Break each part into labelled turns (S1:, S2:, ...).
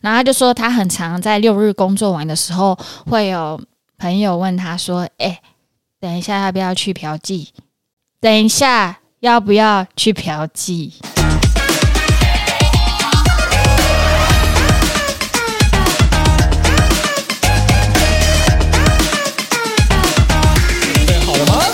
S1: 然后他就说他很常在六日工作完的时候，会有朋友问他说：“哎、等一下要不要去嫖妓？等一下要不要去嫖妓？”
S2: 准备好了吗？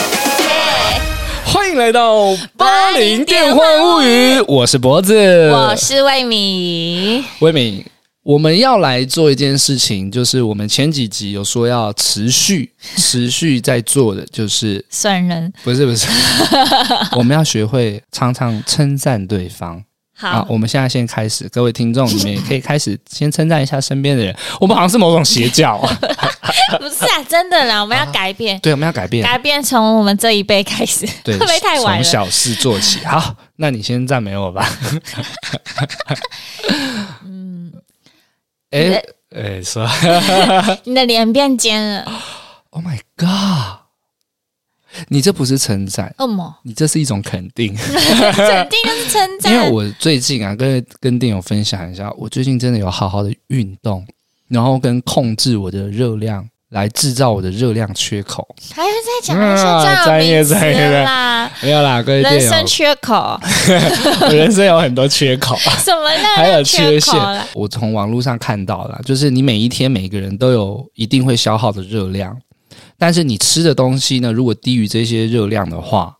S2: 欢迎来到《八零电幻物语》，我是脖子，
S3: 我是魏米，
S2: 魏敏。我们要来做一件事情，就是我们前几集有说要持 续、持续在做的，就是
S1: 算人
S2: 不是不 是，我们要学会常常称赞对方。啊
S3: 好，
S2: 我们现在先开始，各位听众，你们也可以开始先称赞一下身边的人。我们好像是某种邪教，啊
S3: 不是啊，真的啦，我们要改变，
S2: 对，我们要改变，
S3: 改变从我们这一辈开始，
S2: 对，
S3: 会不会太晚
S2: 从
S3: 了？
S2: 小事 做起。好，那你先赞美我吧。嗯，哎哎，说
S3: 你的脸变尖了，
S2: ，Oh my God，你这不是称赞，
S3: 恶 魔，
S2: 你这是一种肯定。
S3: 肯定就是称
S2: 因为
S3: 赞。
S2: 我最近啊，跟跟店友分享一下，我最近真的有好好的运动，然后跟控制我的热量，来制造我的热量缺口。
S3: 还是在讲一些这样
S2: 专
S3: 的
S2: 业
S3: 名词
S2: 专业的
S3: 啦，
S2: 没有啦，各位
S3: 人
S2: 店友，
S3: 生缺口，
S2: 我人生有很多缺口。
S3: 什么呢？
S2: 还有缺
S3: 缺口
S2: 陷
S3: 啦，。
S2: 我从网络上看到了，就是你每一天每个人都有一定会消耗的热量，但是你吃的东西呢，如果低于这些热量的话，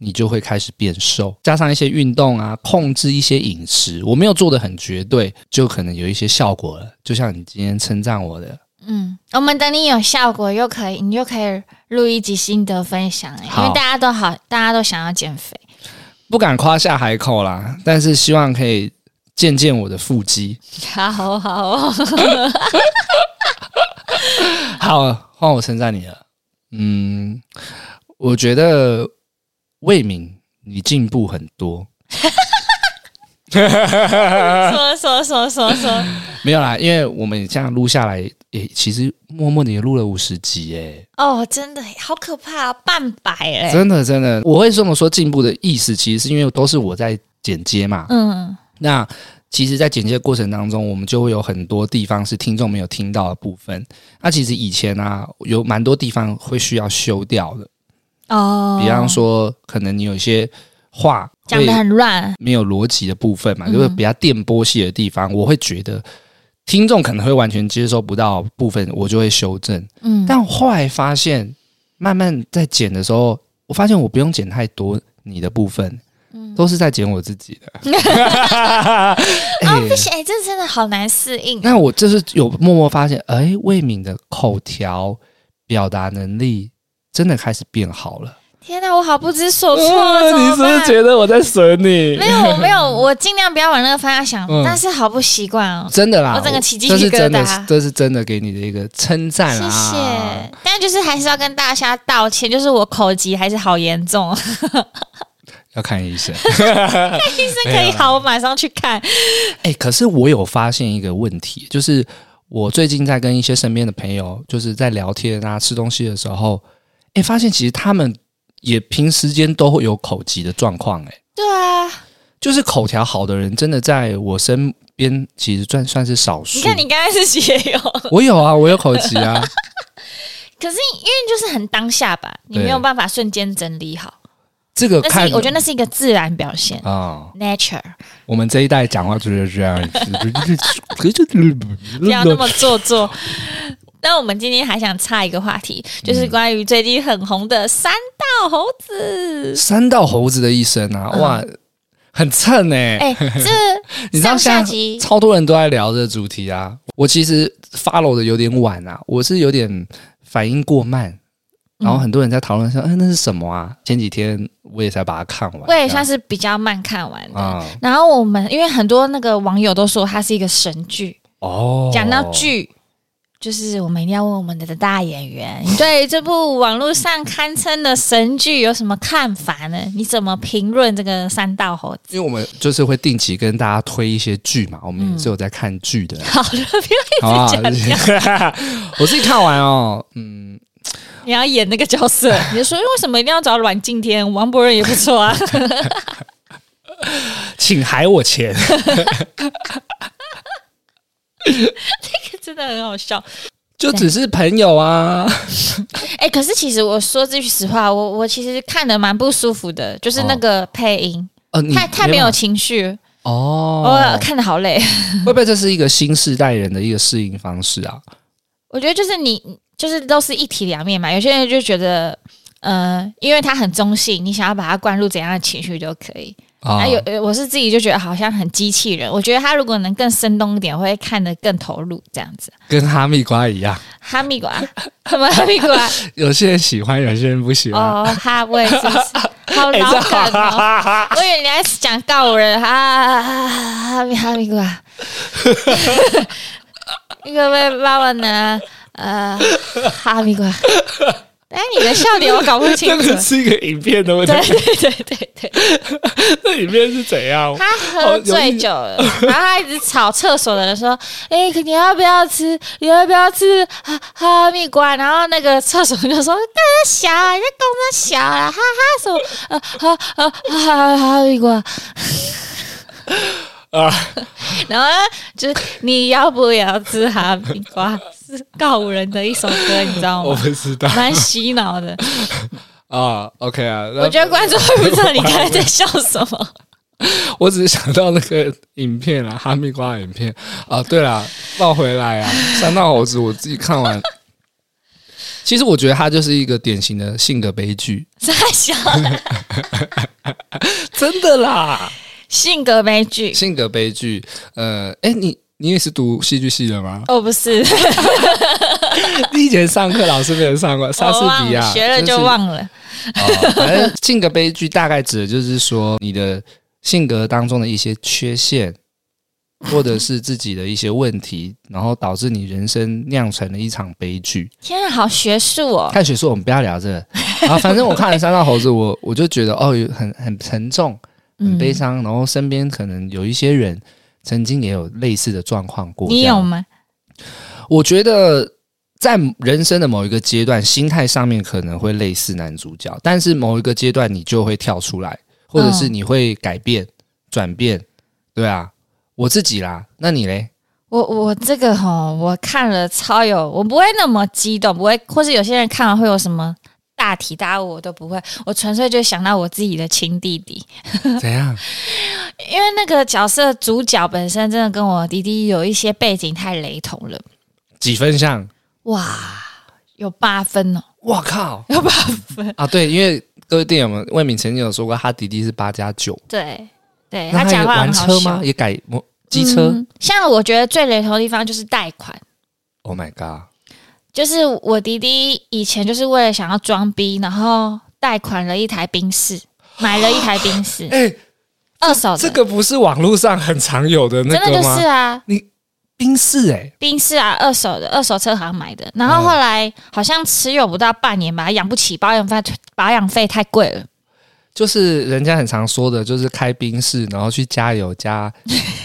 S2: 你就会开始变瘦。加上一些运动啊，控制一些饮食，我没有做的很绝对，就可能有一些效果了。就像你今天称赞我的，
S3: 嗯，我们等你有效果又可以，你就可以录一集心得分享、欸，因
S2: 好
S3: 为大家都好，大家都想要减肥。
S2: 不敢夸下海口啦，但是希望可以见见我的腹肌。
S3: 好好 哦，
S2: 好，换我称赞你了。嗯，我觉得魏敏你进步很多，
S3: 说说说说说，
S2: 没有啦，因为我们这样录下来，也、其实默默的也录了五十集、耶。
S3: 哦，真的好可怕、哦，半白嘞、
S2: 真的真的，我会这么说进步的意思，其实是因为都是我在剪接嘛。
S3: 嗯，
S2: 那其实，在剪接过程当中，我们就会有很多地方是听众没有听到的部分。那其实以前啊，有蛮多地方会需要修掉的，
S3: 哦，
S2: 比方说，可能你有一些话
S3: 讲
S2: 会
S3: 的很乱，
S2: 没有逻辑的部分嘛，
S3: 嗯
S2: 就是比较电波系的地方，我会觉得听众可能会完全接收不到部分，我就会修正。
S3: 嗯，
S2: 但我后来发现，慢慢在剪的时候，我发现我不用剪太多你的部分，
S3: 嗯
S2: 都是在剪我自己 的。
S3: 哦
S2: 哎
S3: 不行，哎、这真的好难适应，
S2: 那我就是有默默发现，哎，魏敏的口条表达能力真的开始变好 了。啊
S3: 天哪，我好不知所措，哦
S2: 哦
S3: 怎么办？
S2: 得我在损你
S3: 没有，我没有，我尽量不要往那个方向想，
S2: 嗯
S3: 但是好不习惯哦。
S2: 真的啦，
S3: 我整个起鸡皮
S2: 这是真的
S3: 疙瘩，啊
S2: 这是真的给你的一个称赞
S3: 谢
S2: 啊！
S3: 谢，但就是还是要跟大家道歉，就是我口疾还是好严 重，
S2: 要看医生。
S3: 医生可以好，我马上去看。
S2: 哎、可是我有发现一个问题，就是我最近在跟一些身边的朋友，就是在聊天啊、吃东西的时候，哎、发现其实他们也平时间都会有口疾的状况、哎，
S3: 对啊，
S2: 就是口条好的人，真的在我身边其实算算是少数。
S3: 你看啊你刚才自己也有，
S2: 我有啊，我有口疾啊，
S3: 可是因为就是很当下吧，你
S2: 对
S3: 没有办法瞬间整理好，
S2: 这个
S3: 那
S2: 看
S3: 是我觉得那是一个自然表现
S2: 啊、
S3: ，nature，
S2: 我们这一代讲话就是 这样子，
S3: 不要那么做作。那我们今天还想插一个话题，就是关于最近很红的三道猴子。
S2: 三道猴子的一生啊，
S3: 嗯
S2: 哇，很蹭哎、
S3: 哎、这
S2: 你知道
S3: 上
S2: 现
S3: 下
S2: 在
S3: 集
S2: 超多人都在聊这个主题啊。我其实 follow 的有点晚啊，我是有点反应过慢，然后很多人在讨论说，哎、那是什么啊？前几天我也才把它看完，
S3: 我也算
S2: 是
S3: 是比较慢看完的。
S2: 啊、
S3: 然后我们因为很多那个网友都说它是一个神剧，
S2: 哦，
S3: 讲到剧。就是我们一定要问我们的大演员，你对这部网络上堪称的神剧有什么看法呢？你怎么评论这个三道猴子？
S2: 因为我们就是会定期跟大家推一些剧嘛，我们也是有在看剧的，
S3: 嗯 好了，不
S2: 好不
S3: 要
S2: 好
S3: 一直讲这样。？
S2: 我自己看完哦，嗯。
S3: 你要演那个角 色，你就说为什么一定要找阮经天？王伯仁也不错啊。
S2: 请还我钱。
S3: 真的很好笑。
S2: 就只是朋友啊。
S3: 哎、可是其实我说句实话，我我其实看的蛮不舒服的，就是那个配音、
S2: 呃，你
S3: 太太没有情绪，我、
S2: 哦，
S3: 看的好累。
S2: 会不会这是一个新时代人的一个适应方式啊？
S3: 我觉得就是你就是都是一体两面嘛，有些人就觉得。呃，因为他很中性，你想要把他灌入怎样的情绪都可以。
S2: 啊
S3: 啊，有呃我是自己就觉得好像很机器人。我觉得他如果能更生动一点，我会看得更投入这样子。
S2: 跟哈密瓜一样，
S3: 哈密瓜， 什么哈密瓜？
S2: 有些人 喜欢，有些人不喜欢。哎
S3: 哦，哈味 是不是？好老梗哦！
S2: 哈
S3: 我以为你在讲告人啊，哈密哈密瓜，你可不可以帮我拿呃哈密瓜？哎，你的笑点我搞不清 楚
S2: 这个。是一个影片的问题
S3: 对，对对对对。
S2: 这影片是怎样？
S3: 他喝醉酒了，然后他一直吵厕所的人说：“哎、你要不要吃？你要不要吃哈哈密瓜？”然后那个厕所就说：“干小啊，你在公他小啊，哈哈什么呃哈哈哈哈密瓜。”
S2: 啊，
S3: 然后就是你要不要吃哈密瓜？是告五人的一首歌，你知道
S2: 我
S3: 吗？
S2: 不知道
S3: 蛮洗脑 的，
S2: 啊。OK 啊，那
S3: 我觉得观众会不知道你刚才在笑什么。
S2: 我只是想到那个影片啊，哈密瓜影片啊。对啦，绕回来啊，三道猴子我自己 看完。其实我觉得它就是一个典型的性格悲剧，
S3: 傻笑，
S2: 真的啦，
S3: 性格悲剧。
S2: 性格悲剧。呃，哎，你你也是读戏剧系的吗？
S3: 哦，不是，
S2: 你以前上课老师没有 上过莎士比
S3: 我
S2: 亚，
S3: 忘学了就
S2: 忘。
S3: 忘了。
S2: 哦，反正性格悲剧大概指的就是说你的性格当中的一些缺陷，或者是自己的一些问题，然后导致你人生酿成了一场悲剧。
S3: 天啊，好学术 哦！
S2: 看雪说我们不要聊这个啊，反正我看了《三道猴子》，我我就觉得哦，有很很沉重，很悲
S3: 嗯
S2: 伤，然后身边可能有一些人曾经也有类似的状况过。
S3: 你
S2: 这样
S3: 有吗？
S2: 我觉得在人生的某一个阶段，心态上面可能会类似男主角，但是某一个阶段你就会跳出来，或者是你会改变、转变，对啊，我自己啦，那你嘞？
S3: 我我这个吼，我看了超有，我不会那么激动，不会，或是有些人看完会有什么大体大悟，我都不会，我纯粹就想到我自己的亲弟弟，
S2: 怎样？
S3: 因为那个角色主角本身真的跟我弟弟有一些背景太雷同了，
S2: 几分像？
S3: 哇，有八分哦，
S2: 我靠
S3: 有八分，
S2: 啊！对，因为各位电友们，魏敏曾经有说过，他弟弟是八加九，
S3: 对对，
S2: 那
S3: 哎他
S2: 也
S3: 讲话
S2: 玩
S3: 很好
S2: 车
S3: 笑
S2: 吗？也改摩机车、
S3: 嗯像我觉得最雷同的地方就是贷款。
S2: o h Oh my god！
S3: 就是我弟弟以前就是为了想要装逼，然后贷款了一台宾士，买了一台宾 士，
S2: 哎、
S3: 二手的，
S2: 这个不是网络上很常有的那
S3: 真的
S2: 个
S3: 就
S2: 吗？
S3: 是啊，
S2: 冰室哎、
S3: 宾士啊，二手的，二手车行买的。然后后来好像持有不到半年吧，养不起，保养费保养费太贵了。
S2: 就是人家很常说的，就是开宾士，然后去加油 加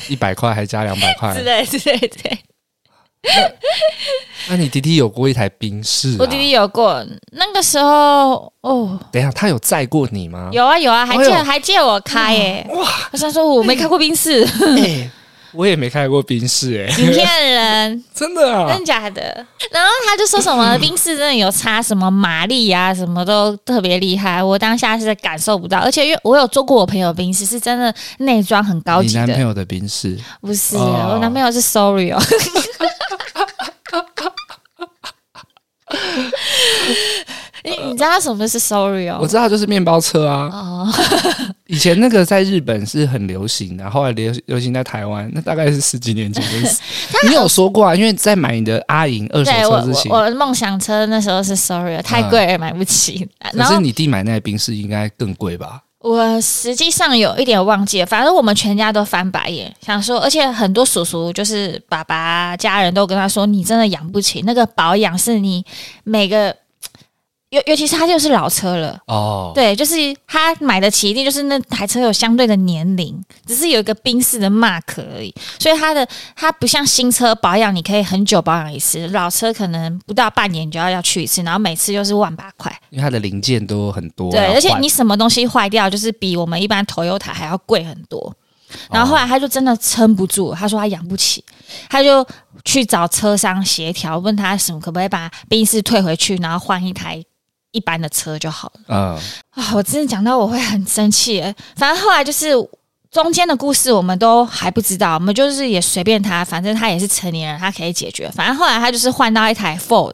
S2: 一百块，还加两百块
S3: 之。类 之类之类，
S2: 那你弟弟有过一台宾士、啊？
S3: 我弟弟有过那个时候哦，
S2: 等一下，哎他有载过你吗？
S3: 有啊有啊，还
S2: 哎呦嗯
S3: 借、还借我开耶、哇！我想说我没开过宾 士，
S2: 哎我也没开过宾士、哎，
S3: 你骗人。
S2: 真的啊
S3: 真，假的？然后他就说什 么冰室真的有差什么马力啊，什么都特别厉害。我当下是感受不到，而且因为我有做过我朋友的冰室，是真的内装很高
S2: 你
S3: 级
S2: 男朋
S3: 的，
S2: 友的宾士
S3: 不是、啊
S2: 哦
S3: 我男朋友是 sorry 哦。 你你知道什么是 sorry
S2: 我
S3: 哦？
S2: 知道，就是面包车啊。
S3: 哦，
S2: 以前那个在日本是很流行的，后来流流行在台湾，那大概是十几年前 的事。你有说过啊？因为在买你的阿银二手
S3: 对我
S2: 车之前，
S3: 我我的梦想车那时候是 sorry，哦太贵了买不起。
S2: 啊可
S3: 然
S2: 是
S3: 后
S2: 你弟买那台宾士应该更贵吧？
S3: 我实际上有一点忘记了，反正我们全家都翻白眼，想说，而且很多叔叔就是爸爸家人都跟他说，你真的养不起，那个保养是你每个，尤尤其是他就是老车了。
S2: 哦，
S3: 对，就是他买得起，一定就是那台车有相对的年龄，只是有一个宾士的 mark 而已，所以它的它不像新车保养，你可以很久保养一次，老车可能不到半年你就要要去一次，然后每次又是万把块。
S2: 因为它的零件都很多，
S3: 对，
S2: 要
S3: 而且
S2: 啊换
S3: 你什么东西坏掉，就是比我们一般 Toyota 还要贵很多。然后
S2: 哦
S3: 后来他就真的撑不住，他说他养不起，他就去找车商协调，问他什么可不可以把宾士退回去，然后换一台一般的车就好了。
S2: 嗯，
S3: 啊，我真的讲到我会很生气耶。反正后来就是中间的故事，我们都还不知道，我们就是也随便他，反正他也是成年人，他可以解决。反正后来他就是换到一台 Ford，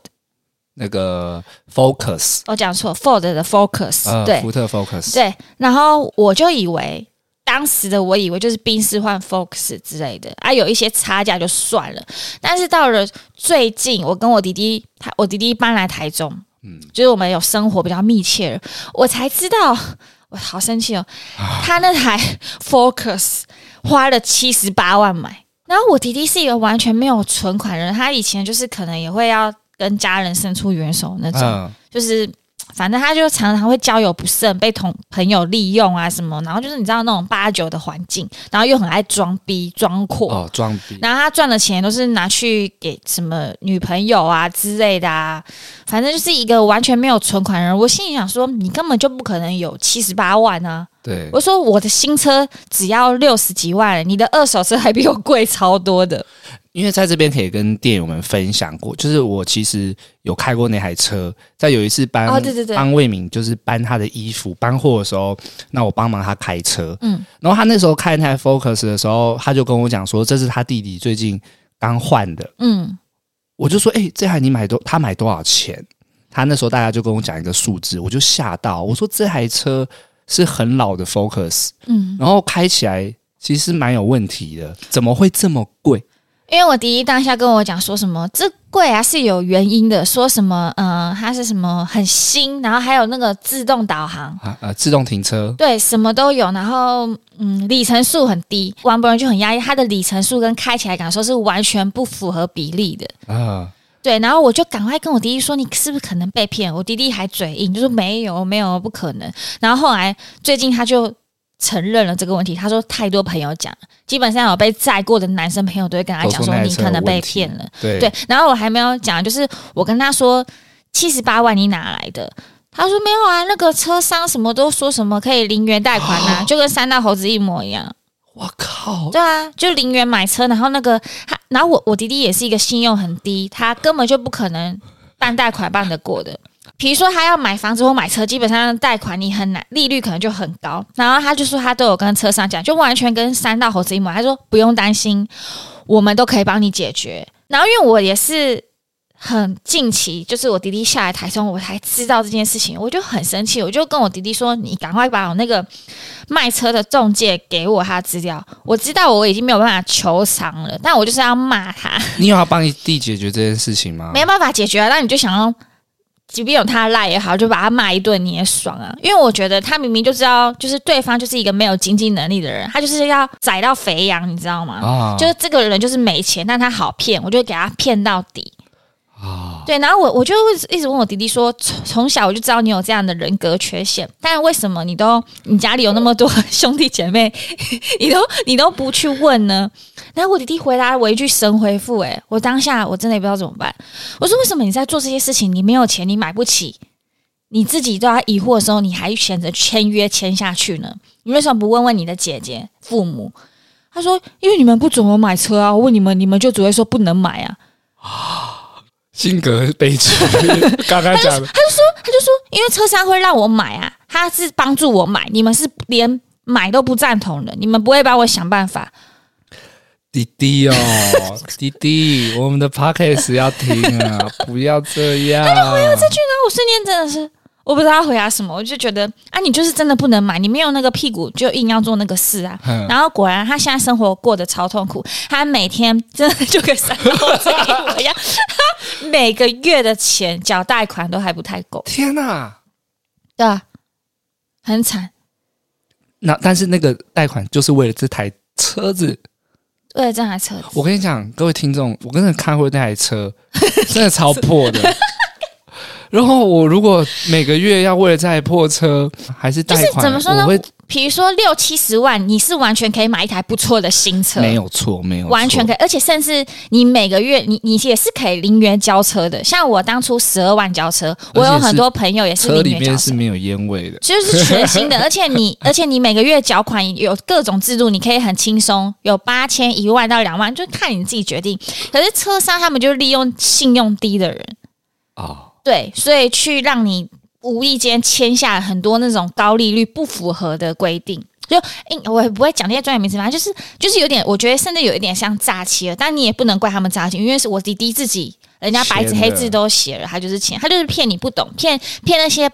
S2: 那个 Focus，
S3: 我讲错，Ford 的 Focus，、
S2: 呃，
S3: 对
S2: 福特 Focus，
S3: 对。然后我就以为。当时的我以为就是宾士换 Focus 之类的啊，有一些差价就算了。但是到了最近，我跟我弟弟，他我弟弟搬来台中，
S2: 嗯，
S3: 就是我们有生活比较密切了，我才知道，我好生气哦，
S2: 啊
S3: 他那台 Focus 花了七十八万买，然后我弟弟是一个完全没有存款的人，他以前就是可能也会要跟家人伸出援手那种，
S2: 嗯，
S3: 就是。反正他就常常会交友不慎，被同朋友利用啊什么，然后就是你知道那种八九的环境，然后又很爱装逼装阔，
S2: 哦，装逼，
S3: 然后他赚的钱都是拿去给什么女朋友啊之类的啊，反正就是一个完全没有存款的人。我心里想说，你根本就不可能有七十八万啊！
S2: 对，
S3: 我说我的新车只要六十几万，你的二手车还比我贵超多的。
S2: 因为在这边可以跟店友们分享过，就是我其实有开过那台车，在有一次搬、
S3: 哦对对对
S2: 帮魏敏就是搬他的衣服搬货的时候，那我帮忙他开车，
S3: 嗯，
S2: 然后他那时候开那台 Focus 的时候，他就跟我讲说这是他弟弟最近刚换的，
S3: 嗯，
S2: 我就说哎、这台你买多他买多少钱？他那时候大家就跟我讲一个数字，我就吓到，我说这台车是很老的 Focus，
S3: 嗯，
S2: 然后开起来其实蛮有问题的，怎么会这么贵？
S3: 因为我弟弟当下跟我讲说什么这贵啊是有原因的，说什么嗯、呃、它是什么很新，然后还有那个自动导航，
S2: 啊呃，自动停车，
S3: 对，什么都有，然后嗯，里程数很低，王博仁就很压抑，他的里程数跟开起来感受是完全不符合比例的。
S2: 啊，
S3: 对，然后我就赶快跟我弟弟说，你是不是可能被骗？我弟弟还嘴硬，就说没有，没有，不可能。然后后来最近他就承认了这个问题，他说太多朋友讲，基本上有被载过的男生朋友都会跟他
S2: 都
S3: 讲
S2: 说
S3: 说
S2: 那台
S3: 你
S2: 车
S3: 可
S2: 有
S3: 能被
S2: 问题
S3: 骗了。
S2: 对
S3: 对，然后我还没有讲，就是我跟他说七十八万你哪来的？他说没有啊，那个车商什么都说什么可以零元贷款啊，就跟三大猴子一模一样。
S2: 我靠，
S3: 对啊，就零元买车，然后那个他，然后我我弟弟也是一个信用很低，他根本就不可能办贷款办得过的。比如说他要买房子或买车，基本上贷款你很难，利率可能就很高。然后他就说他都有跟车商讲，就完全跟三大猴子一模。他说不用担心，我们都可以帮你解决。然后因为我也是很近期，就是我弟弟下来台中，我才知道这件事情，我就很生气，我就跟我弟弟说：“你赶快把我那个卖车的中介给我他的资料，我知道我已经没有办法求偿了，但我就是要骂他，
S2: 你有要帮你弟解决这件事情吗？
S3: 没办法解决啊。那你就想要，即便有他赖也好，就把他骂一顿你也爽啊。因为我觉得他明明就知道，就是对方就是一个没有经济能力的人，他就是要宰到肥羊，你知道吗？
S2: 啊，
S3: 就是这个人就是没钱，但他好骗，我就给他骗到底。
S2: 啊，
S3: 对，然后我我就会一直问我弟弟说，从从小我就知道你有这样的人格缺陷，但为什么你都你家里有那么多兄弟姐妹， 你都你都不去问呢？然后我弟弟回答我一句神回复、欸，我当下我真的也不知道怎么办。我说为什么你在做这些事情，你没有钱，你买不起，你自己都要疑惑的时候，你还选择签约签下去呢？你为什么不问问你的姐姐、父母？他说：“因为你们不准我买车啊，我问你们，你们就只会说不能买啊。”
S2: 性格悲 剧，刚刚讲的，
S3: 他就说，因为车商会让我买啊，他是帮助我买，你们是连买都不赞同的，你们不会帮我想办法。
S2: 弟弟哦，弟弟，我们的 podcast 要听啊，不要这 样。
S3: 那哎我瞬间真的是，我不知道回答什么，我就觉得啊，你就是真的不能买，你没有那个屁股，就硬要做那个事啊。
S2: 嗯
S3: 然后果然，他现在生活过得超痛苦，他每天真的就跟三刀子一模一样， 他每个月的钱缴贷款都还不太够，
S2: 天哪、
S3: 对啊，很惨。
S2: 那但是那个贷款就是为了这台车子。
S3: 为了这台车子，
S2: 我跟你讲，各位听众，我真的看过那台 车，真的超破的。然后我如果每个月要为了这台破车还是贷
S3: 就是
S2: 款，
S3: 怎么说呢
S2: 我会
S3: 比如说六七十万，你是完全可以买一台不错的新车，
S2: 没有错，没有错
S3: 完全可以，而且甚至你每个月你你也是可以零元交车的。像我当初十二万交车，我有很多朋友也是
S2: 车
S3: 零
S2: 里
S3: 元交
S2: 面
S3: 车
S2: 是。没有烟味的，
S3: 就是全新 的，而且你，而且你每个月缴款有各种制度，你可以很轻松，有八千、一万到两万，就看你自己决定。可是车商他们就利用信用低的人，
S2: 哦，
S3: 对，所以去让你无意间签下了很多那种高利率不符合的规定。就，诶我也不会讲那些专业名词，反正就是就是有点，我觉得甚至有一点像诈欺了。但你也不能怪他们诈欺，因为是我弟弟自己，人家白纸黑字都写了，他就是钱，他就是骗你不懂，骗骗那些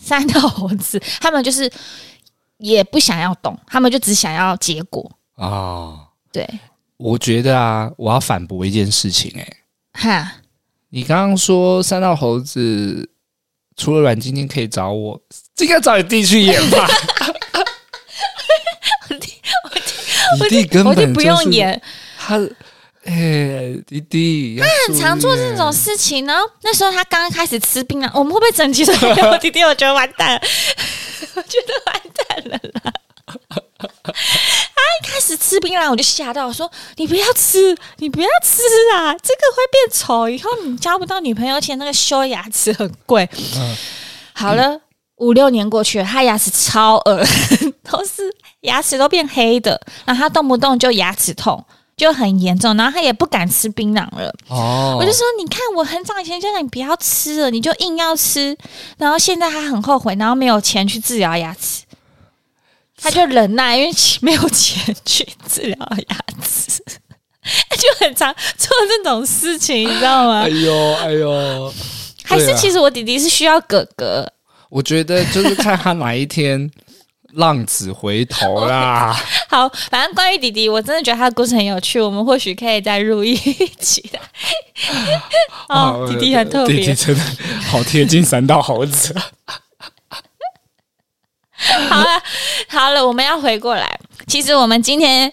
S3: 三头猴子，他们就是也不想要懂，他们就只想要结果。
S2: 哦，
S3: 对，
S2: 我觉得啊，我要反驳一件事情、欸，
S3: 哈，
S2: 你刚刚说三道猴子除了阮晶晶可以找我，这个找你弟去演吧。你弟根
S3: 我弟
S2: 本就是
S3: 不用演，
S2: 他，哎、弟弟，他
S3: 很常做这种事情。然后那时候他刚开始吃槟榔，我们会不会整集都给我弟弟？我觉得完蛋了，我觉得完蛋了啦。他一开始吃槟榔，我就吓到，我说：“你不要吃，你不要吃啊！这个会变丑，以后你交不到女朋友，而且那个修牙齿很贵。好了，五六年过去了，他牙齿超恶，都是牙齿都变黑的，然后他动不动就牙齿痛，就很严重，然后他也不敢吃槟榔了。
S2: 哦，
S3: 我就说，你看，我很早以前就让你不要吃了，你就硬要吃，然后现在他很后悔，然后没有钱去治疗牙齿，他就忍耐，因为没有钱去治疗牙齿， 他就很常做这种事情，你知道吗
S2: 哎？呦哎呦，
S3: 还
S2: 对
S3: 是
S2: 啊
S3: 其实我弟弟是需要哥哥，
S2: 我觉得就是看他哪一天浪子回头啦。
S3: 好，反正关于弟弟，我真的觉得他的故事很有趣，我们或许可以再入一集的。哦，弟弟很特
S2: 弟弟
S3: 别。
S2: 真的好贴近三道 猴子。
S3: 好了，好了，我们要回过来。其实我们今天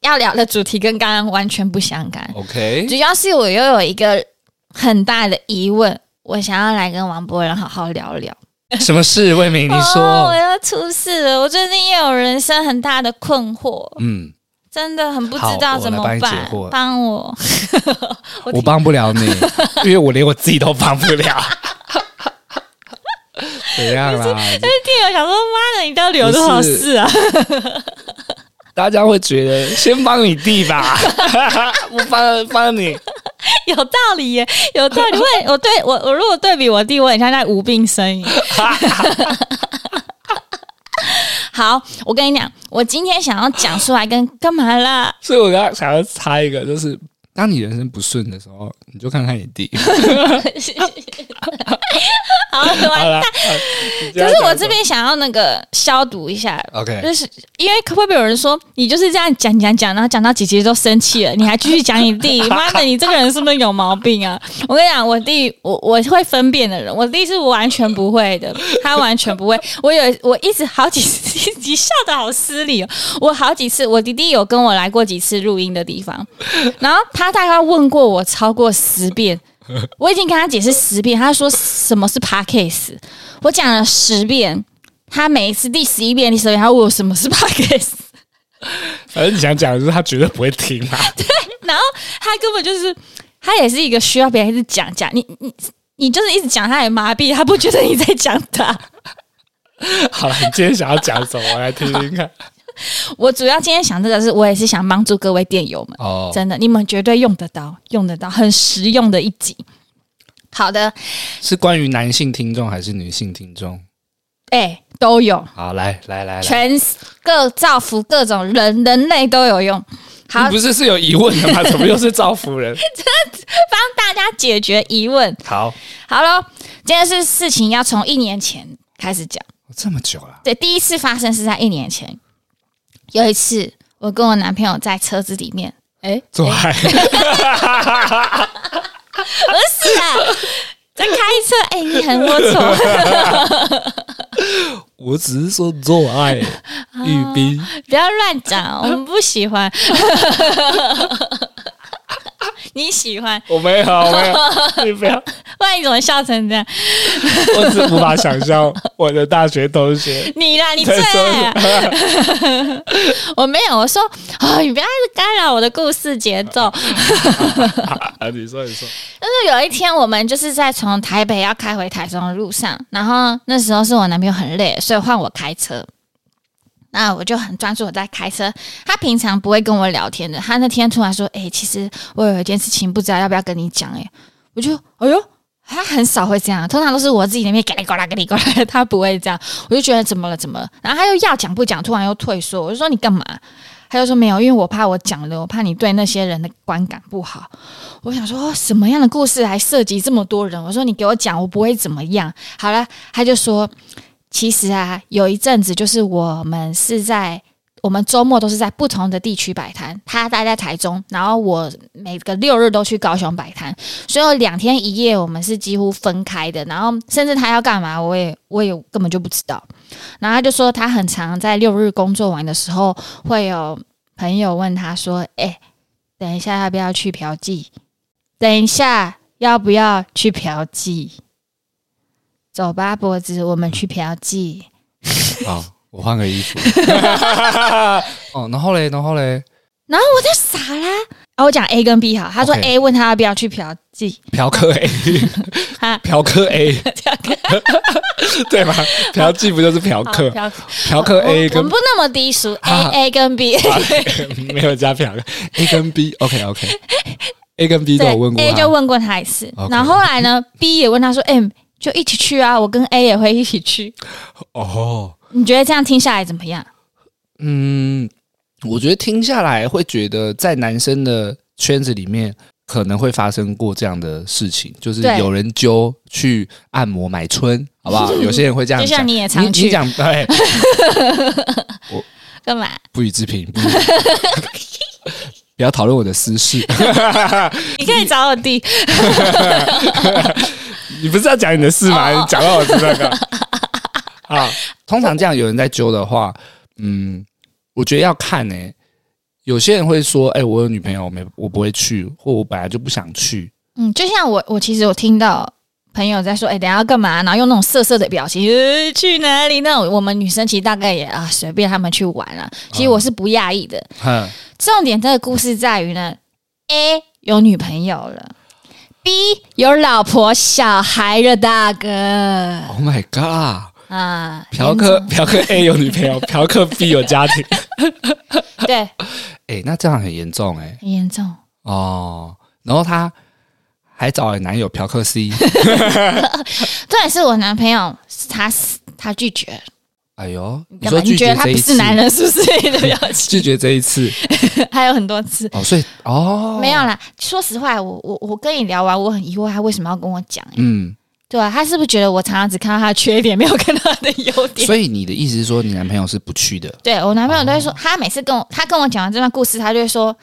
S3: 要聊的主题跟刚刚完全不相干，
S2: OK，
S3: 主要是我又有一个很大的疑问，我想要来跟王博仁好好聊聊。
S2: 什么事？魏明，你
S3: 哦
S2: 说
S3: 我，要出事了，我最近也有人生很大的困惑，
S2: 嗯，
S3: 真的很不知
S2: 好
S3: 道
S2: 我
S3: 怎
S2: 来
S3: 么
S2: 帮你解
S3: 办
S2: 惑，
S3: 帮我。 我
S2: 我帮不 了你，因为我连我自己都帮不了。怎样啦？
S3: 店友想说：“妈的，你到底有多少事啊
S2: 大家会觉得先帮你弟 吧，我帮帮你。？”
S3: 有道理耶，有道理。我我对我我如果对比我弟，我很像在无病呻吟。好，我跟你讲，我今天想要讲出来跟干嘛啦？
S2: 所以我刚刚想要插一个，就是当你人生不顺的时候，你就看看你 弟。
S3: 好，完
S2: 好了，
S3: 可
S2: 可
S3: 是我这边嗯想要那个消毒一下，
S2: OK，
S3: 就是因为会不会有人说你就是这样讲讲讲，然后讲到姐姐都生气了，你还继续讲你弟？妈的，你这个人是不是有毛病啊？我跟你讲，我弟我我会分辨的人，我弟是完全不会的，他完全不会。我有我一直好几次，你笑的好失礼哦。我好几次，我弟弟有跟我来过几次录音的地方，然后他大概问过我超过十遍。我已经跟他解释十遍，他说什么是 podcast，我讲了十遍，他每一次第十一遍、第十二遍，他问我什么是 podcast，
S2: 反正你想讲的就是他绝对不会听 啊啦。
S3: 然后他根本就是他也是一个需要别人一直讲讲，你你你就是一直讲，他也麻痹，他不觉得你在讲他。
S2: 好了，你今天想要讲什么？我来听 听看。
S3: 我主要今天想这个是，我也是想帮助各位电友们，
S2: 哦，
S3: 真的，你们绝对用得到，用得到，很实用的一集。好的，
S2: 是关于男性听众还是女性听众？
S3: 哎、都有，
S2: 好，来来来来，
S3: 全各造福各种人，人类都有用。好
S2: 你，不是是有疑问的吗？怎么又是造福人？
S3: 帮大家解决疑问。
S2: 好，
S3: 好喽，今天是事情要从一年前开始讲。
S2: 这么久了，
S3: 对，第一次发生是在一年前，有一次我跟我男朋友在车子里面，哎、
S2: 做爱
S3: 不是啊，在开车，哎、你很龌龊，
S2: 我只是说做爱， 玉冰。
S3: 不要乱讲，我们不喜欢。 你喜欢，
S2: 我没有，我没有，你不要。
S3: 不然你怎么笑成这样？
S2: 我只无法想象我的大学同学
S3: 你啦，你最啊
S2: 在说
S3: 我没有，我说哦，你不要一直干扰我的故事节奏。
S2: 啊，你说你说，
S3: 就是有一天，我们就是在从台北要开回台中的路上，然后那时候是我男朋友很累，所以换我开车。那我就很专注我在开车，他平常不会跟我聊天的。他那天突然说：“哎、其实我有一件事情不知道要不要跟你讲。”哎，我就哎呦，他很少会这样，通常都是我自己那边嘎里呱啦嘎里呱啦，他不会这样。我就觉得怎么了怎么了，然后他又要讲不讲，突然又退缩。我就说你干嘛？他就说没有，因为我怕我讲了，我怕你对那些人的观感不好。我想说，哦什么样的故事还涉及这么多人？我说你给我讲，我不会怎么样。好了，他就说，其实啊，有一阵子就是我们是在我们周末都是在不同的地区摆摊，他待在台中，然后我每个六日都去高雄摆摊，所以有两天一夜我们是几乎分开的。然后甚至他要干嘛，我也我也根本就不知道。然后他就说，他很常在六日工作完的时候，会有朋友问他说：“哎、等一下要不要去嫖妓？”等一下，要不要去嫖妓？走吧，脖子，我们去嫖妓。
S2: 好，我换个衣 服。哦，然后嘞，然后嘞，
S3: 然后我就傻啦。啊，我讲 A 跟 B 好，他说
S2: OK
S3: A 问他要不要去嫖妓，
S2: 嫖客 A，
S3: 啊
S2: 嫖客 A，对吧？嫖妓不就是嫖
S3: 好
S2: 客？
S3: 嫖
S2: 嫖客
S3: 我
S2: A
S3: 我
S2: 跟
S3: 们不那么低俗
S2: 好好
S3: ，A A 跟 B，
S2: 没有加嫖客 A 跟 B，OK OK，A 跟 B 都
S3: 对
S2: 有问过
S3: ，A
S2: 他
S3: 就问过他一次，
S2: OK
S3: 然后后来呢，B 也问他说，哎、就一起去啊，我跟 A 也会一起去。
S2: 哦，
S3: 你觉得这样听下来怎么样？
S2: 嗯，我觉得听下来会觉得，在男生的圈子里面，可能会发生过这样的事情，就是
S3: 对
S2: 有人揪去按摩买春，好 不好？有些人会这样
S3: 就
S2: 讲，
S3: 像你也常
S2: 你
S3: 去
S2: 讲对，
S3: 干嘛？
S2: 不予置评。不予 不要讨论我的私事，
S3: 你可以找我弟，
S2: 你不是要讲你的事吗？
S3: 哦
S2: 你讲到我这个 啊，通常这样有人在揪的话，嗯，我觉得要看呢、有些人会说：“哎、我有女朋友，我没我不会去，或我本来就不想去。
S3: 嗯，就像我，我其实有听到朋友在说，哎、等一下要干嘛？然后用那种色色的表情，呃、去哪里？那种我们女生其实大概也啊，随便他们去玩啊。其实我是不讶异的。”
S2: 哼，
S3: 重点这个故事在于呢，A 有女朋友了，B 有老婆小孩了，大哥
S2: Oh my god！
S3: 啊，
S2: 嫖客嫖客 A 有女朋 友，嫖客 B 有家 庭。
S3: 严重对
S2: 哎、那这样很严重哎、
S3: 很严重。
S2: 哦，然后她还找了男友嫖客 C。
S3: 重点是我男朋友他死他拒绝了，
S2: 哎呦，你
S3: 干嘛
S2: 说
S3: 你
S2: 拒
S3: 觉得
S2: 绝
S3: 他
S2: 这
S3: 不
S2: 一
S3: 是
S2: 次，
S3: 男人是不 是？你的表 情
S2: 拒绝这一次
S3: 还有很多次。
S2: 哦，所以哦，
S3: 没有啦，说实话，我我我跟你聊完，我很疑惑他为什么要跟我讲、欸
S2: 嗯，
S3: 对啊，他是不是觉得我常常只看到他的缺点，没有看到他的优点？
S2: 所以你的意思是说，你男朋友是不去的？
S3: 对我男朋友都会
S2: 哦
S3: 说，他每次跟我他跟我讲完这段故事，他就会说：“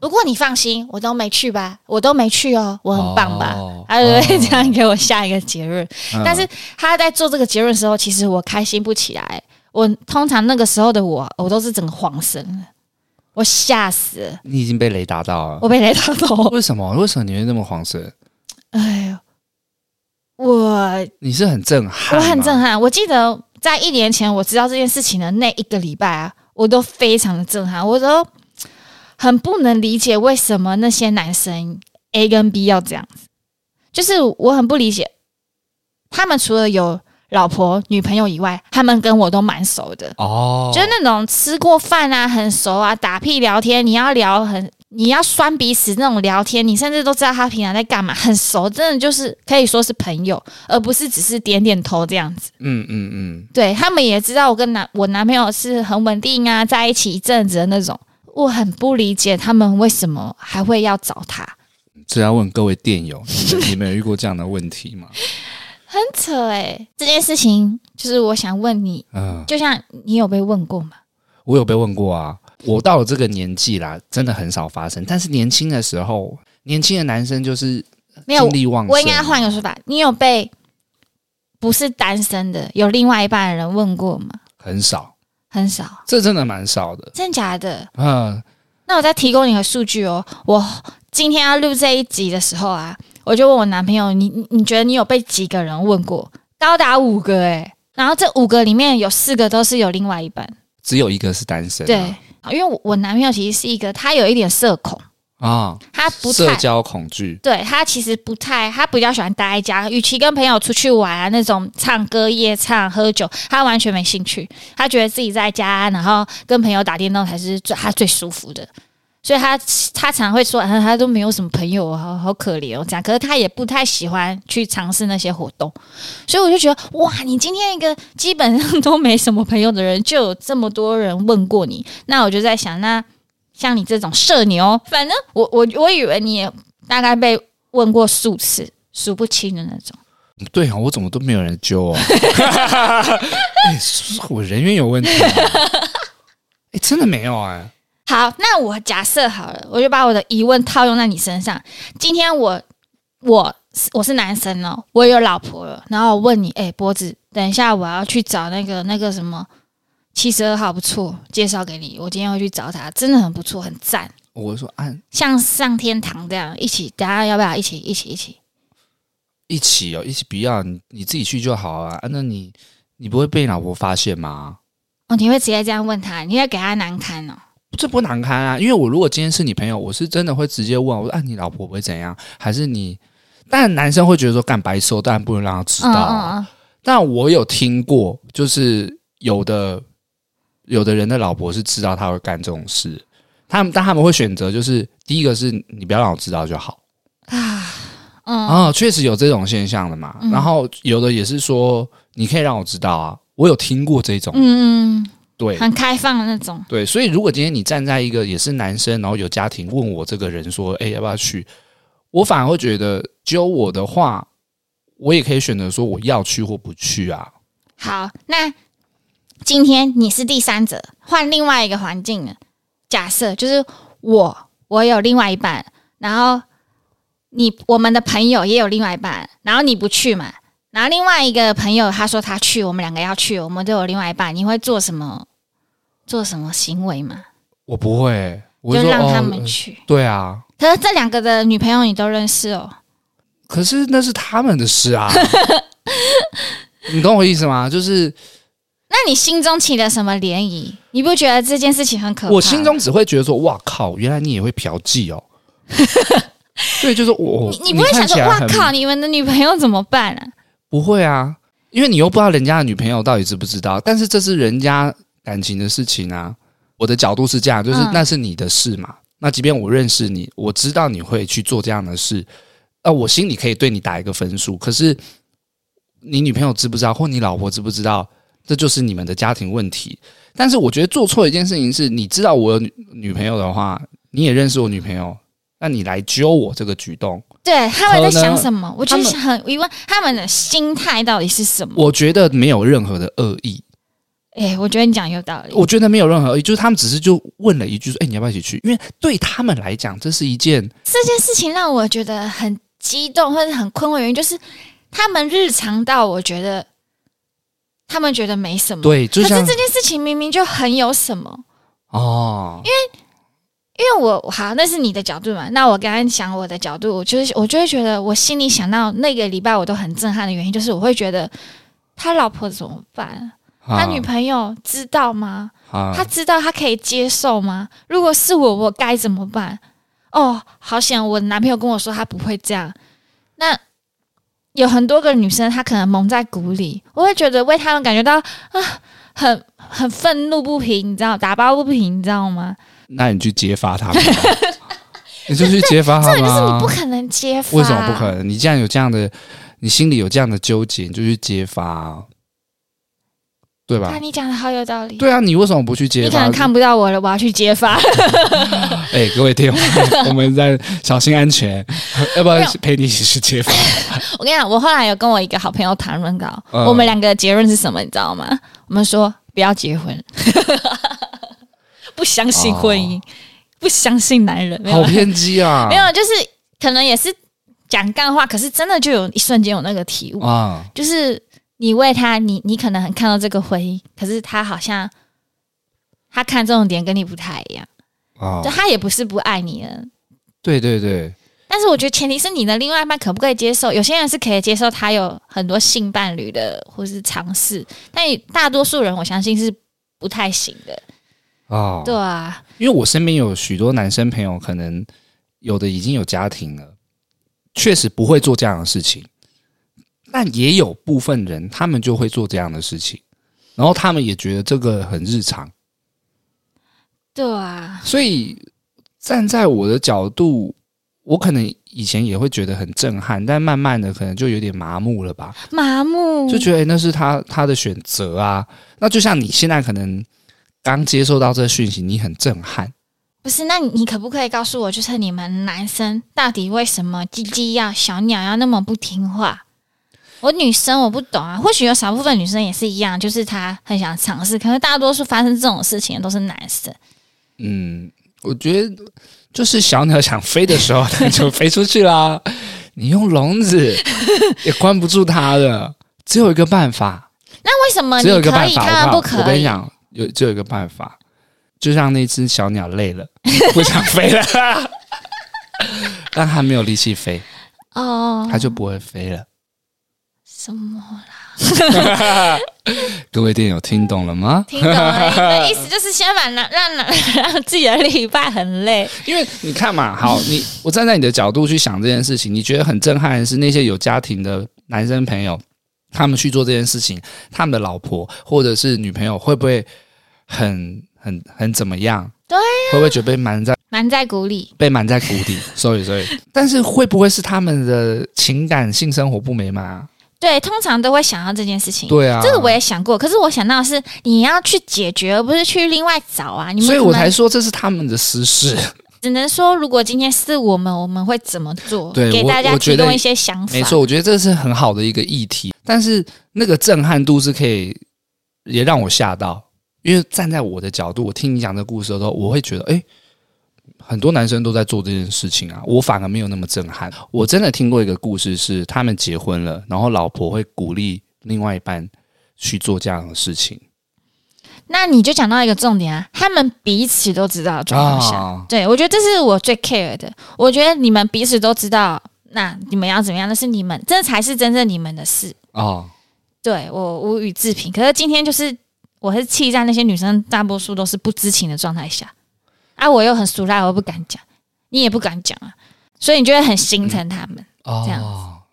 S3: 不过你放心，我都没去吧，我都没去哦，我很棒吧。
S2: 哦
S3: 他就会
S2: 哦
S3: 这样给我下一个结论。
S2: 嗯
S3: 但是他在做这个结论的时候，其实我开心不起来。我通常那个时候的我，我都是整个晃神了，我吓死了，
S2: 你已经被雷打到了，
S3: 我被雷打到。
S2: 为什么？为什么你会那么慌神？
S3: 哎呦，我
S2: 你是很震撼，
S3: 我很震。撼。我记得在一年前我知道这件事情的那一个礼拜啊，我都非常的震撼，我都很不能理解为什么那些男生 A 跟 B 要这样子，就是我很不理解，他们除了有老婆、女朋友以外，他们跟我都蛮熟的。
S2: 哦，
S3: 就是那种吃过饭啊，很熟啊，打屁聊天，你要聊很，你要酸彼此那种聊天，你甚至都知道他平常在干嘛，很熟，真的就是可以说是朋友，而不是只是点点头这样子。
S2: 嗯嗯嗯，
S3: 对他们也知道我跟男我男朋友是很稳定啊，在一起一阵子的那种。我很不理解他们为什么还会要找他，
S2: 这要问各位电友，你们你们有遇过这样的问题吗？
S3: 很扯欸诶、这件事情就是我想问你，
S2: 嗯，
S3: 就像你有被问过吗？
S2: 我有被问过啊。我到了这个年纪啦，真的很少发生。但是年轻的时候，年轻的男生就是
S3: 没有
S2: 精，力旺盛。
S3: 我应该换个说法，你有被不是单身的有另外一半的人问过吗？
S2: 很少，
S3: 很少，
S2: 这真的蛮少的。
S3: 真假的？
S2: 嗯，
S3: 那我再提供你个数据哦，我今天要录这一集的时候啊，我就问我男朋友，你你你觉得你有被几个人问过？高达五个诶、然后这五个里面有四个都是有另外一半，
S2: 只有一个是单身、啊，
S3: 对，因为我我男朋友其实是一个他有一点社恐，
S2: 啊，
S3: 他不
S2: 社
S3: 太
S2: 交恐惧，
S3: 对他其实不太，他比较喜欢待在家，与其跟朋友出去玩啊，那种唱歌、夜唱、喝酒，他完全没兴趣。他觉得自己在家，然后跟朋友打电动才是最他最舒服的。所以他他常会说，啊，他都没有什么朋友，好好可怜哦，这样。可是他也不太喜欢去尝试那些活动，所以我就觉得，哇，你今天一个基本上都没什么朋友的人，就有这么多人问过你，那我就在想，那像你这种社牛，反正我我我以为你也大概被问过数次，数不清的那种。
S2: 对啊，我怎么都没有人揪 啊？哎是不是我人缘有问题、啊？哎、真的没有哎、
S3: 好，那我假设好了，我就把我的疑问套用在你身上。今天我我我是男生哦，我有老婆了，然后我问你，哎、波子，等一下我要去找那个那个什么七十二号，不错，介绍给你，我今天会去找他，真的很不错，很赞，
S2: 我说啊按
S3: 像上天堂这样一起，大家要不要一起一起一起？
S2: 一起哦，一起不要，你你自己去就好啊。啊那你你不会被老婆发现吗？
S3: 哦，你会直接这样问他，你会给他难堪哦。
S2: 这不难堪啊，因为我如果今天是你朋友，我是真的会直接问，我说啊，你老婆不会怎样？还是你？但男生会觉得说干白痴哦，当然不能让他知道、
S3: 嗯嗯
S2: 啊。
S3: 嗯，
S2: 但我有听过，就是有的有的人的老婆是知道他会干这种事，他们但他们会选择就是第一个是你不要让我知道就好啊，嗯啊，确实有这种现象的嘛。
S3: 嗯
S2: 然后有的也是说你可以让我知道啊，我有听过这种，
S3: 嗯，
S2: 对
S3: 很开放的那种。
S2: 对，所以如果今天你站在一个也是男生，然后有家庭问我这个人说，哎，要不要去？我反而会觉得揪我的话，我也可以选择说我要去或不去啊。
S3: 好，那今天你是第三者，换另外一个环境了。假设就是我，我有另外一半，然后你我们的朋友也有另外一半，然后你不去嘛，然后另外一个朋友他说他去，我们两个要去，我们都有另外一半，你会做什么？做什么行为嘛？
S2: 我不会，我
S3: 就
S2: 说
S3: 让他
S2: 哦
S3: 们
S2: 呃
S3: 去。
S2: 对啊，
S3: 可是这两个的女朋友你都认识哦，
S2: 可是那是他们的 事啊。你懂我意思吗？就是
S3: 那你心中起了什么涟漪？你不觉得这件事情很可怕？
S2: 我心中只会觉得说，哇靠，原来你也会嫖妓哦。 对，就是我，
S3: 你你不会
S2: 看
S3: 想说
S2: 起，来
S3: 哇
S2: 很
S3: 靠，你们的女朋友怎么办啊？
S2: 不会啊，因为你又不知道人家的女朋友到底知不知道，但是这是人家感情的事情啊。我的角度是这样，就是
S3: 嗯
S2: 那是你的事嘛。那即便我认识你，我知道你会去做这样的事，呃，我心里可以对你打一个分数。可是你女朋友知不知道，或你老婆知不知道，这就是你们的家庭问题。但是我觉得做错一件事情是，你知道我有女女朋友的话，你也认识我女朋友，那你来揪我这个举动，
S3: 对他们在想什么？我
S2: 他
S3: 就
S2: 们
S3: 是很疑问他们的心态到底是什么。
S2: 我觉得没有任何的恶意。
S3: 哎、我觉得你讲有道理。
S2: 我觉得没有任何，就是他们只是就问了一句说：“哎、你要不要一起去？”因为对他们来讲，这是一件
S3: 这件事情让我觉得很激动或者很困惑，原因就是他们日常到我觉得他们觉得没什么，
S2: 对，就
S3: 可是
S2: 像
S3: 这件事情明明就很有什么。
S2: 哦，
S3: 因为我好，那是你的角度嘛。那我刚刚想我的角度，我就是我就会觉得，我心里想到那个礼拜我都很震撼的原因，就是我会觉得他老婆怎么办？啊他女朋友知道吗？
S2: 啊
S3: 他知道他可以接受吗？如果是我，我该怎么办？哦，好险！我男朋友跟我说他不会这样。那有很多个女生，她可能蒙在鼓里，我会觉得为他们感觉到啊，很很愤怒不平，你知道，打抱不平，你知道吗？
S2: 那你去揭发他们吧，你就去揭发他
S3: 这
S2: 们、
S3: 就是
S2: 啊
S3: 你不。可能揭发，
S2: 为什么不可？能？你既然有这样的，你心里有这样的纠结，你就去揭发、啊，对吧
S3: 那？啊你讲的好有道理。
S2: 对啊，你为什么不去揭
S3: 你可
S2: 发？
S3: 能看不到我了，我要去揭发。
S2: 哎、各位听友，我们在小心安 全，要不
S3: 没
S2: 要
S3: 有
S2: 陪你一起去揭发？
S3: 我跟你讲，我后来有跟我一个好朋友谈论到，
S2: 嗯
S3: 我们两个的结论是什么，你知道吗？我们说不要结婚， 不相信婚姻，不相信男人，没有
S2: 哦好
S3: 啦，
S2: 偏激啊！
S3: 没有，就是可能也是讲干话，可是真的就有一瞬间有那个体悟，
S2: 啊，
S3: 就是你为他，你你可能很看到这个婚姻，可是他好像他看重点跟你不太一样，
S2: 啊
S3: 就他也不是不爱你了，
S2: 对对对，
S3: 但是我觉得前提是你的另外一半可不可以接受，有些人是可以接受他有很多性伴侣的或是尝试，但大多数人我相信是不太行的。
S2: 哦，
S3: 对啊，
S2: 因为我身边有许多男生朋友，可能有的已经有家庭了，确实不会做这样的事情，但也有部分人他们就会做这样的事情，然后他们也觉得这个很日常，
S3: 对啊，
S2: 所以站在我的角度，我可能以前也会觉得很震撼，但慢慢的可能就有点麻木了吧，
S3: 麻木
S2: 就觉得、诶哎那是他他的选择啊。那就像你现在可能刚接受到这讯息，你很震撼。
S3: 不是，那你你可不可以告诉我，就是你们男生到底为什么鸡鸡要小鸟要那么不听话？我女生我不懂啊，或许有少部分女生也是一样，就是她很想尝试，可是大多数发生这种事情的都是男生。
S2: 嗯，我觉得就是小鸟想飞的时候，它就飞出去啦。 你用笼子也关不住它的，只有一个办法，
S3: 那为什么
S2: 只
S3: 哦你
S2: 有一个
S3: 可
S2: 办
S3: 以，
S2: 法。
S3: 他们
S2: 我
S3: 不
S2: 告我
S3: 可
S2: 跟你
S3: 以？
S2: 讲，有只有一个办法，就让那只小鸟累 了，不想飞了， 让它没有力气飞，
S3: 哦，
S2: 它就不会飞了。
S3: 什么？
S2: 各位店友听懂了吗？
S3: 听懂了？那意思就是先把男让男让自己的另一半很累，
S2: 因为你看嘛，好，你我站在你的角度去想这件事情，你觉得很震撼的是那些有家庭的男生朋友，他们去做这件事情，他们的老婆或者是女朋友会不会很 很很怎么样？啊
S3: 对
S2: 会不会觉得被瞒在
S3: 瞒在鼓里。
S2: 被瞒在鼓底？sorry sorry，但是会不会是他们的情感性生活不美满啊？
S3: 对，通常都会想到这件事情。
S2: 对啊，
S3: 这个我也想过，可是我想到的是你要去解决，而不是去另外找啊。你们
S2: 所以
S3: 可
S2: 我
S3: 能
S2: 才说这是他们的私事。
S3: 只能说，如果今天是我们，我们会怎么做？
S2: 对
S3: 给
S2: 我
S3: 大家
S2: 我觉
S3: 提
S2: 得
S3: 供一些想法。
S2: 没错，我觉得这是很好的一个议题，但是那个震撼度是可以也让我吓到，因为站在我的角度，我听你讲这故事的时候，我会觉得，哎、很多男生都在做这件事情啊，我反而没有那么震撼。我真的听过一个故事是，他们结婚了，然后老婆会鼓励另外一半去做这样的事情
S3: 那你就讲到一个重点啊，他们彼此都知道的状况下，
S2: 啊，
S3: 对我觉得这是我最 care 的。我觉得你们彼此都知道，那你们要怎么样，那是你们，这才是真正你们的事。
S2: 哦，
S3: 对我无语置评。可是今天就是，我是气在那些女生大多数都是不知情的状态下，啊，我又很俗辣，我又不敢讲，你也不敢讲啊，所以你就会很心疼他们。
S2: 哦
S3: 这样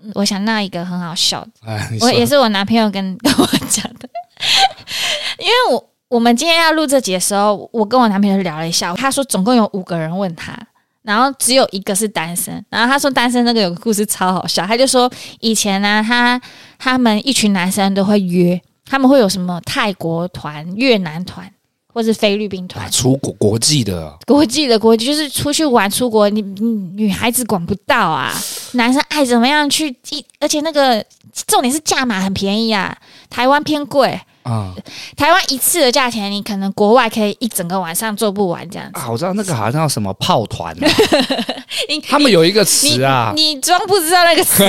S3: 嗯我想到一个很好笑的，
S2: 哎， 你
S3: 我
S2: 说
S3: 也是我男朋友跟跟我讲的， 因为我我们今天要录这集的时候，我跟我男朋友聊了一下，他说总共有五个人问他。然后只有一个是单身，然后他说单身那个有个故事超好笑，他就说以前呢、他他们一群男生都会约，他们会有什么泰国团、越南团或是菲律宾团
S2: 啊，出国国际的啊
S3: 国际的国际就是出去玩出国，你你女孩子管不到啊，男生爱怎么样去一，而且那个重点是价码很便宜啊，台湾偏贵，
S2: 啊、
S3: 台湾一次的价钱你可能国外可以一整个晚上做不完这样子，
S2: 啊，我知道那个好像叫什么炮团、 啊
S3: 你，
S2: 他们有一个词啊，
S3: 你装不知道那个 词，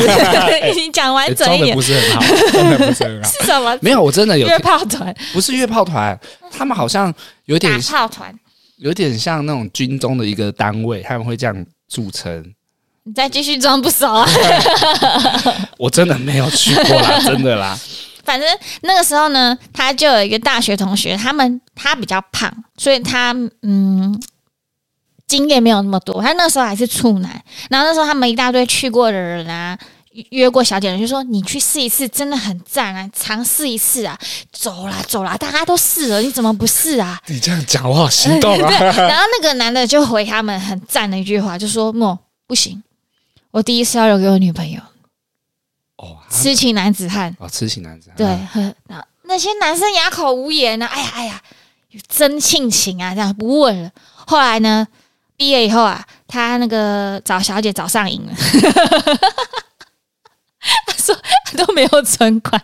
S3: 你讲完
S2: 欸
S3: 整
S2: 装
S3: 一
S2: 的
S3: 点
S2: 不是很好， 装的不是很好。
S3: 是什么？
S2: 没有，我真的有
S3: 约，炮团、
S2: 不是约炮团，他们好像有
S3: 打
S2: 点
S3: 炮团，
S2: 有点像那种军中的一个单位，他们会这样著称。
S3: 你再继续装不熟啊。
S2: 我真的没有去 过啦，真的啦。
S3: 反正那个时候呢，他就有一个大学同学，他们他比较胖，所以他嗯经验没有那么多。他那时候还是处男，然后那时候他们一大堆去过的人啊，约约过小姐的人就说：“你去试一次，真的很赞啊，尝试一次啊，走啦走啦，大家都试了，你怎么不试啊？”
S2: 你这样讲，我好心动啊！
S3: 然后那个男的就回他们很赞的一句话，就说：“莫不行，我第一次要留给我女朋友，
S2: 哦，他
S3: 痴情男子汉。”
S2: 哦，痴情男子，
S3: 对，呵那那些男生哑口无言呢、哎呀哎呀，真性情啊，这样不问了。后来呢，毕业以后啊，他那个找小姐找上瘾了， 他说他都没有存款。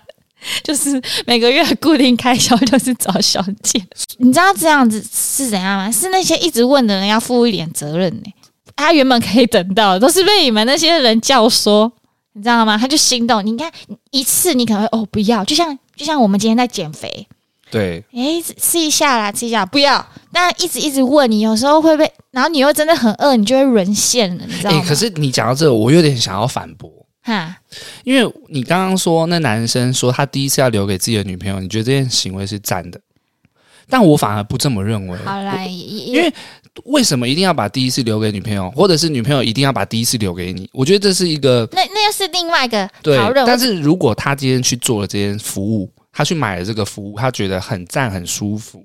S3: 就是每个月固定开销就是找小姐，你知道这样子是怎样吗？是那些一直问的人要负一点责任呢、他原本可以等到的，都是被你们那些人教唆，你知道吗？他就心动。你看一次你可能会哦不要，就像就像我们今天在减肥，
S2: 对，
S3: 哎，吃一下啦，吃一下，不要。但一直一直问你，有时候会被，然后你又真的很饿，你就会沦陷了，你知道
S2: 哎、
S3: 吗？
S2: 可是你讲到这个，我有点想要反驳，
S3: 哈，
S2: 因为你刚刚说那男生说他第一次要留给自己的女朋友，你觉得这件行为是赞的，但我反而不这么认为。
S3: 好啦，因
S2: 因为为什么一定要把第一次留给女朋友，或者是女朋友一定要把第一次留给你？我觉得这是一个
S3: 那那又是另外一个
S2: 对
S3: 讨论。，
S2: 但是如果他今天去做了这件服务，他去买了这个服务，他觉得很赞很舒服，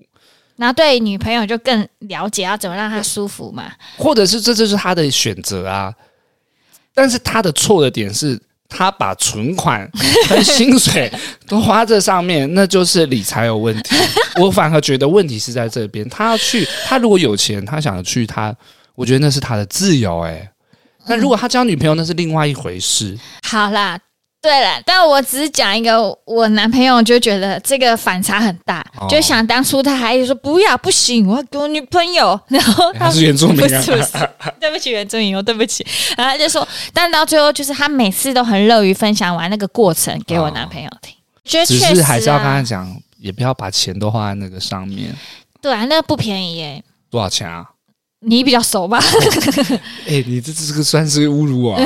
S3: 然后对女朋友就更了解要怎么让她舒服嘛。
S2: 或者是这就是他的选择啊。但是他的错的点是，他把存款跟薪水都花这上面，那就是理财有问 题。我反而觉得问题是在这边，他要去，他如果有钱，他想去他，我觉得那是他的自由、欸。那如果他交女朋友，那是另外一回事。
S3: 好啦，对了，但我只是讲一个，我男朋友就觉得这个反差很大，
S2: 哦
S3: 就想当初他还一直说不要不行，我要给我女朋友， 然后
S2: 他是原住民
S3: 不
S2: 啊
S3: 是不是， 对不起原住民，我哦对不起，然后他就说，但到最后就是他每次都很乐于分享完那个过程给我男朋友听，觉得
S2: 哦只
S3: 确
S2: 是
S3: 实
S2: 还是要跟他
S3: 啊，
S2: 讲，也不要把钱都花在那个上面。
S3: 对啊，那个不便宜耶，
S2: 多少钱啊？
S3: 你比较熟吧？
S2: 哎、你这这个算是侮辱我、啊！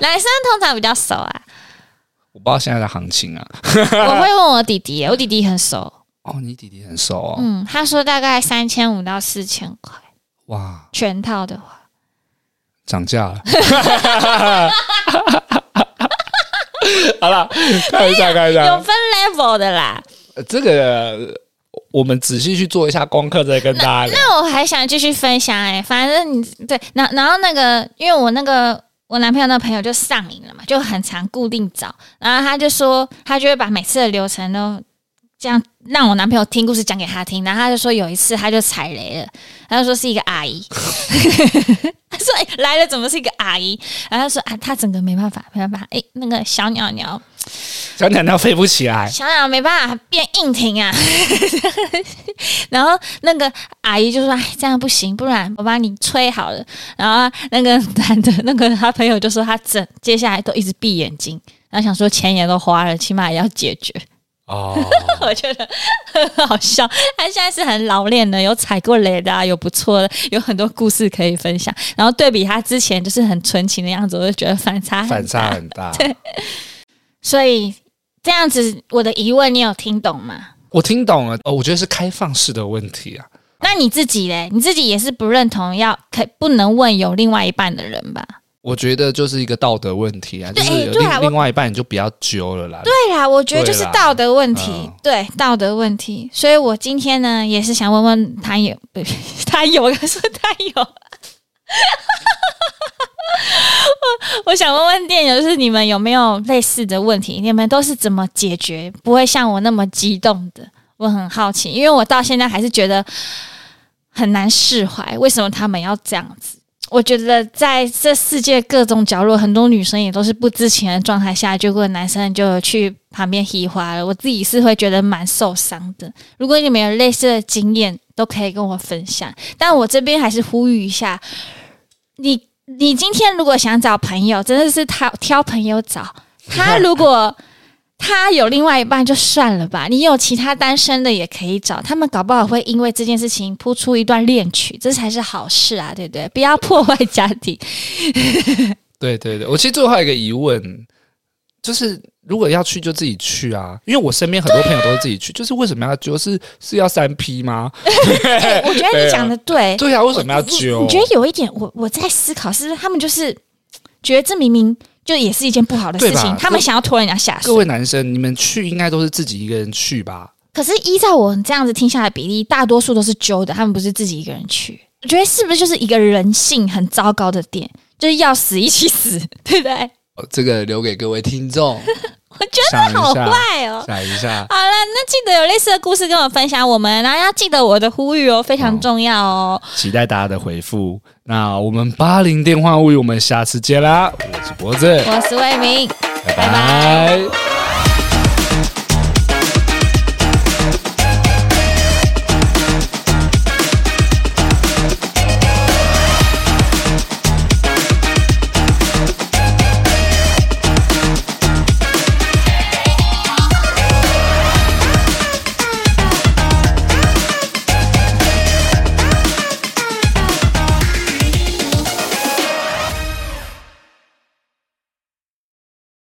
S3: 男生通常比较熟啊，
S2: 我不知道现在的行情啊。
S3: 我会问我弟弟耶，我弟弟很熟，
S2: 哦，你弟弟很熟哦。
S3: 嗯，他说大概三千五到四千块
S2: 哇，
S3: 全套的话。
S2: 涨价了。 好了，开玩笑，开玩
S3: 有
S2: 笑。
S3: 分 level 的啦。
S2: 呃这个我们仔细去做一下功课，再跟大家聊。
S3: 那我还想继续分享哎、反正你对，然然后那个，因为我那个我男朋友那个朋友就上瘾了嘛，就很常固定找，然后他就说他就会把每次的流程都。这样让我男朋友听故事讲给他听，然后他就说有一次他就踩雷了，他就说是一个阿姨， 他说哎、来了怎么是一个阿姨？然后他说啊他整个没办法没办法，哎、那个小鸟鸟
S2: 小鸟鸟飞不起来，
S3: 想想没办法变硬挺啊。 然后那个阿姨就说：“哎，这样不行，不然我帮你吹好了。”然后那个男的，那个他朋友就说他整接下来都一直闭眼睛，然后想说钱也都花了，起码也要解决。
S2: 哦，
S3: 我觉得 很好笑，他现在是很老练的，有踩过雷的、啊，有不错的，有很多故事可以分享。然后对比他之前就是很纯情的样子，我就觉得反差很
S2: 反
S3: 大
S2: 差很大。
S3: 所以这样子，我的疑问你有听懂吗？
S2: 我听懂了，哦，我觉得是开放式的问题啊。
S3: 那你自己嘞？你自己也是不认同要可不能问有另外一半的人吧？
S2: 我觉得就是一个道德问题啊，就
S3: 对
S2: 是有
S3: 对啊
S2: 另
S3: 我
S2: 另外一半你就不要揪了啦。
S3: 对啦，我觉得就是
S2: 对啦
S3: 道德问题，
S2: 嗯
S3: 对道德问题。所以我今天呢，也是想问问他有， 不是他有，我刚说他有。 我我想问问店友，就是你们有没有类似的问题？你们都是怎么解决？不会像我那么激动的？我很好奇，因为我到现在还是觉得很难释怀，为什么他们要这样子？我觉得在这世界各种角落，很多女生也都是不知情的状态下，结果男生就去旁边嘻花了。我自己是会觉得蛮受伤的。如果你们有类似的经验，都可以跟我分享。但我这边还是呼吁一下，你你今天如果想找朋友，真的是他挑朋友找。他如 果他有另外一半就算了吧，你有其他单身的也可以找，他们搞不好会因为这件事情铺出一段恋曲，这才是好事啊，对不对？不要破坏家庭。
S2: 对对对，我其实最后还有一个疑问，就是如果要去就自己去啊，因为我身边很多朋友都是自己去，就是为什么要揪？是是要三 P 吗？
S3: 哎我觉得你讲的对，
S2: 对啊，为什么要
S3: 你哎
S2: 揪？
S3: 你觉得有一点，我我在思考，是不是他们就是觉得这明明就也是一件不好的事
S2: 对
S3: 情
S2: 吧，
S3: 他们想要拖人家下
S2: 各
S3: 水。
S2: 位男生，你们去应该都是自己一个人去吧？
S3: 可是依照我这样子听下来的比例，大多数都是揪的，他们不是自己一个人去。我觉得是不是就是一个人性很糟糕的点，就是要死一起死， 对不对？
S2: 哦这个留给各位听 众
S3: 我觉得好坏哦。
S2: 想一下。
S3: 好了，那记得有类似的故事跟我分享我们，然后要记得我的呼吁哦，非常重要哦。
S2: 期待大家的回复。那我们八零电话物语，我们下次见啦！我是脖子，
S3: 我是魏明。拜
S2: 拜拜